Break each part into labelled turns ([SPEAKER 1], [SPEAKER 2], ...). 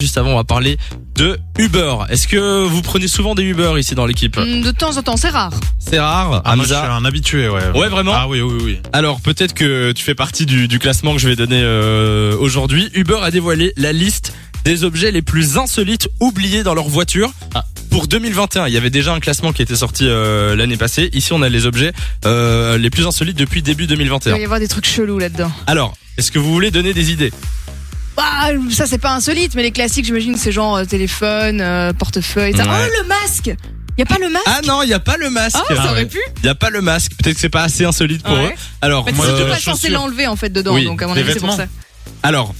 [SPEAKER 1] juste avant, on va parler de Uber. Est-ce que vous prenez souvent des Uber ici dans l'équipe
[SPEAKER 2] Hmm, De temps en temps, c'est rare.
[SPEAKER 1] C'est rare,
[SPEAKER 3] Ah, moi, je suis
[SPEAKER 1] Hamza.
[SPEAKER 3] un habitué, ouais.
[SPEAKER 1] Ouais, vraiment
[SPEAKER 3] Ah oui, oui, oui.
[SPEAKER 1] Alors peut-être que tu fais partie du, du classement que je vais donner euh, aujourd'hui. Uber a dévoilé la liste des objets les plus insolites oubliés dans leur voiture. Pour 2021, il y avait déjà un classement qui était sorti euh, l'année passée. Ici, on a les objets euh, les plus insolites depuis début
[SPEAKER 2] Il
[SPEAKER 1] 2021.
[SPEAKER 2] va y avoir des trucs chelous là-dedans.
[SPEAKER 1] Alors, est-ce que vous voulez donner des idées
[SPEAKER 2] Bah, ça c'est pas insolite, mais les classiques, j'imagine, c'est genre euh, téléphone, euh, portefeuille, ça.
[SPEAKER 1] Ouais.
[SPEAKER 2] Oh, le masque Y a pas le masque
[SPEAKER 1] Ah non, il n'y a pas le masque.
[SPEAKER 2] Ah,
[SPEAKER 1] Il
[SPEAKER 2] ça
[SPEAKER 3] ouais.
[SPEAKER 2] aurait pu
[SPEAKER 1] n'y a pas le masque. Peut-être que c'est pas assez insolite pour
[SPEAKER 2] Ouais.
[SPEAKER 1] eux. Alors,
[SPEAKER 2] Bah,
[SPEAKER 1] moi,
[SPEAKER 2] c'est
[SPEAKER 1] euh,
[SPEAKER 2] surtout pas
[SPEAKER 3] chaussures.
[SPEAKER 2] censé l'enlever en fait dedans,
[SPEAKER 1] Oui,
[SPEAKER 2] donc à mon
[SPEAKER 3] des
[SPEAKER 2] avis c'est pour ça.
[SPEAKER 3] vêtements.
[SPEAKER 1] alors,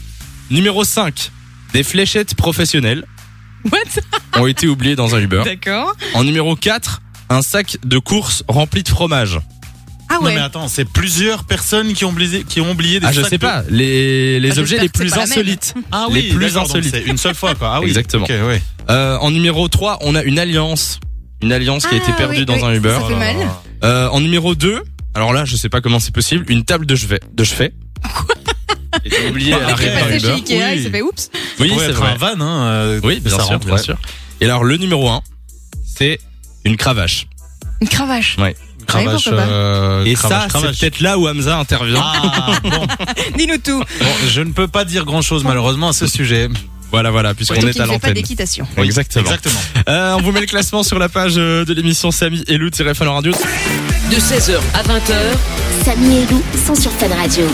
[SPEAKER 1] numéro 5, des fléchettes professionnelles
[SPEAKER 2] What
[SPEAKER 1] ont été oubliées dans un
[SPEAKER 3] Ah.
[SPEAKER 1] Uber.
[SPEAKER 2] D'accord.
[SPEAKER 1] En numéro 4, un sac de course rempli de fromage.
[SPEAKER 2] Ah
[SPEAKER 3] Non, mais
[SPEAKER 2] ouais.
[SPEAKER 3] attends, c'est plusieurs personnes qui ont oublié, qui ont oublié des
[SPEAKER 1] Ah, je
[SPEAKER 3] sacs
[SPEAKER 1] sais
[SPEAKER 3] de-
[SPEAKER 1] pas, les, les
[SPEAKER 2] Ah,
[SPEAKER 1] objets
[SPEAKER 2] j'espère
[SPEAKER 1] les
[SPEAKER 2] que c'est
[SPEAKER 1] plus
[SPEAKER 2] pas la même.
[SPEAKER 1] insolites.
[SPEAKER 3] Ah
[SPEAKER 1] Les
[SPEAKER 3] oui,
[SPEAKER 1] plus
[SPEAKER 3] d'accord, donc
[SPEAKER 1] insolites.
[SPEAKER 3] c'est une seule fois, quoi. Ah oui.
[SPEAKER 1] Exactement.
[SPEAKER 3] Ok, ouais.
[SPEAKER 1] Euh, en numéro 3, on a une alliance. Une alliance qui a été
[SPEAKER 2] Ah,
[SPEAKER 1] perdue
[SPEAKER 2] oui,
[SPEAKER 1] dans
[SPEAKER 2] oui,
[SPEAKER 1] un Uber.
[SPEAKER 2] Ça fait
[SPEAKER 3] Oh là
[SPEAKER 2] mal.
[SPEAKER 3] là.
[SPEAKER 1] Euh, en numéro 2, alors là, je sais pas comment c'est possible, une table de chevet. De chevet. Ah, Et j'ai oublié à
[SPEAKER 3] Le
[SPEAKER 2] Le mec
[SPEAKER 3] arrête
[SPEAKER 2] est
[SPEAKER 1] l'arrêt par
[SPEAKER 2] passé
[SPEAKER 1] Uber.
[SPEAKER 2] chez Ikea,
[SPEAKER 3] Oui.
[SPEAKER 2] il s'est fait oups.
[SPEAKER 3] Ça
[SPEAKER 1] Oui,
[SPEAKER 3] pourrait
[SPEAKER 1] c'est
[SPEAKER 3] être
[SPEAKER 1] vrai.
[SPEAKER 3] un van, hein. euh,
[SPEAKER 1] Oui, bien
[SPEAKER 3] ça
[SPEAKER 1] sûr,
[SPEAKER 3] rentre,
[SPEAKER 1] bien
[SPEAKER 3] ouais.
[SPEAKER 1] sûr. Et alors, le numéro 1, c'est une cravache.
[SPEAKER 2] Une cravache.
[SPEAKER 3] Cravache,
[SPEAKER 2] pourquoi pas.
[SPEAKER 3] euh,
[SPEAKER 1] Et
[SPEAKER 3] cravache,
[SPEAKER 1] ça,
[SPEAKER 3] cravache.
[SPEAKER 1] c'est peut-être là où Hamza intervient.
[SPEAKER 3] Ah, bon,
[SPEAKER 2] Dis-nous tout.
[SPEAKER 3] bon, je ne peux pas dire grand chose malheureusement à ce sujet.
[SPEAKER 1] Voilà, voilà, puisqu'on
[SPEAKER 2] Surtout
[SPEAKER 1] est
[SPEAKER 2] qu'il
[SPEAKER 1] à
[SPEAKER 2] ne fait pas
[SPEAKER 1] l'antenne.
[SPEAKER 2] d'équitation.
[SPEAKER 1] Exactement.
[SPEAKER 3] Exactement.
[SPEAKER 1] Euh, on vous met le classement sur la page euh, de l'émission Samy et Lou-Radio.
[SPEAKER 4] De 16h à 20h,
[SPEAKER 5] Samy et Lou sont sur Fan Radio.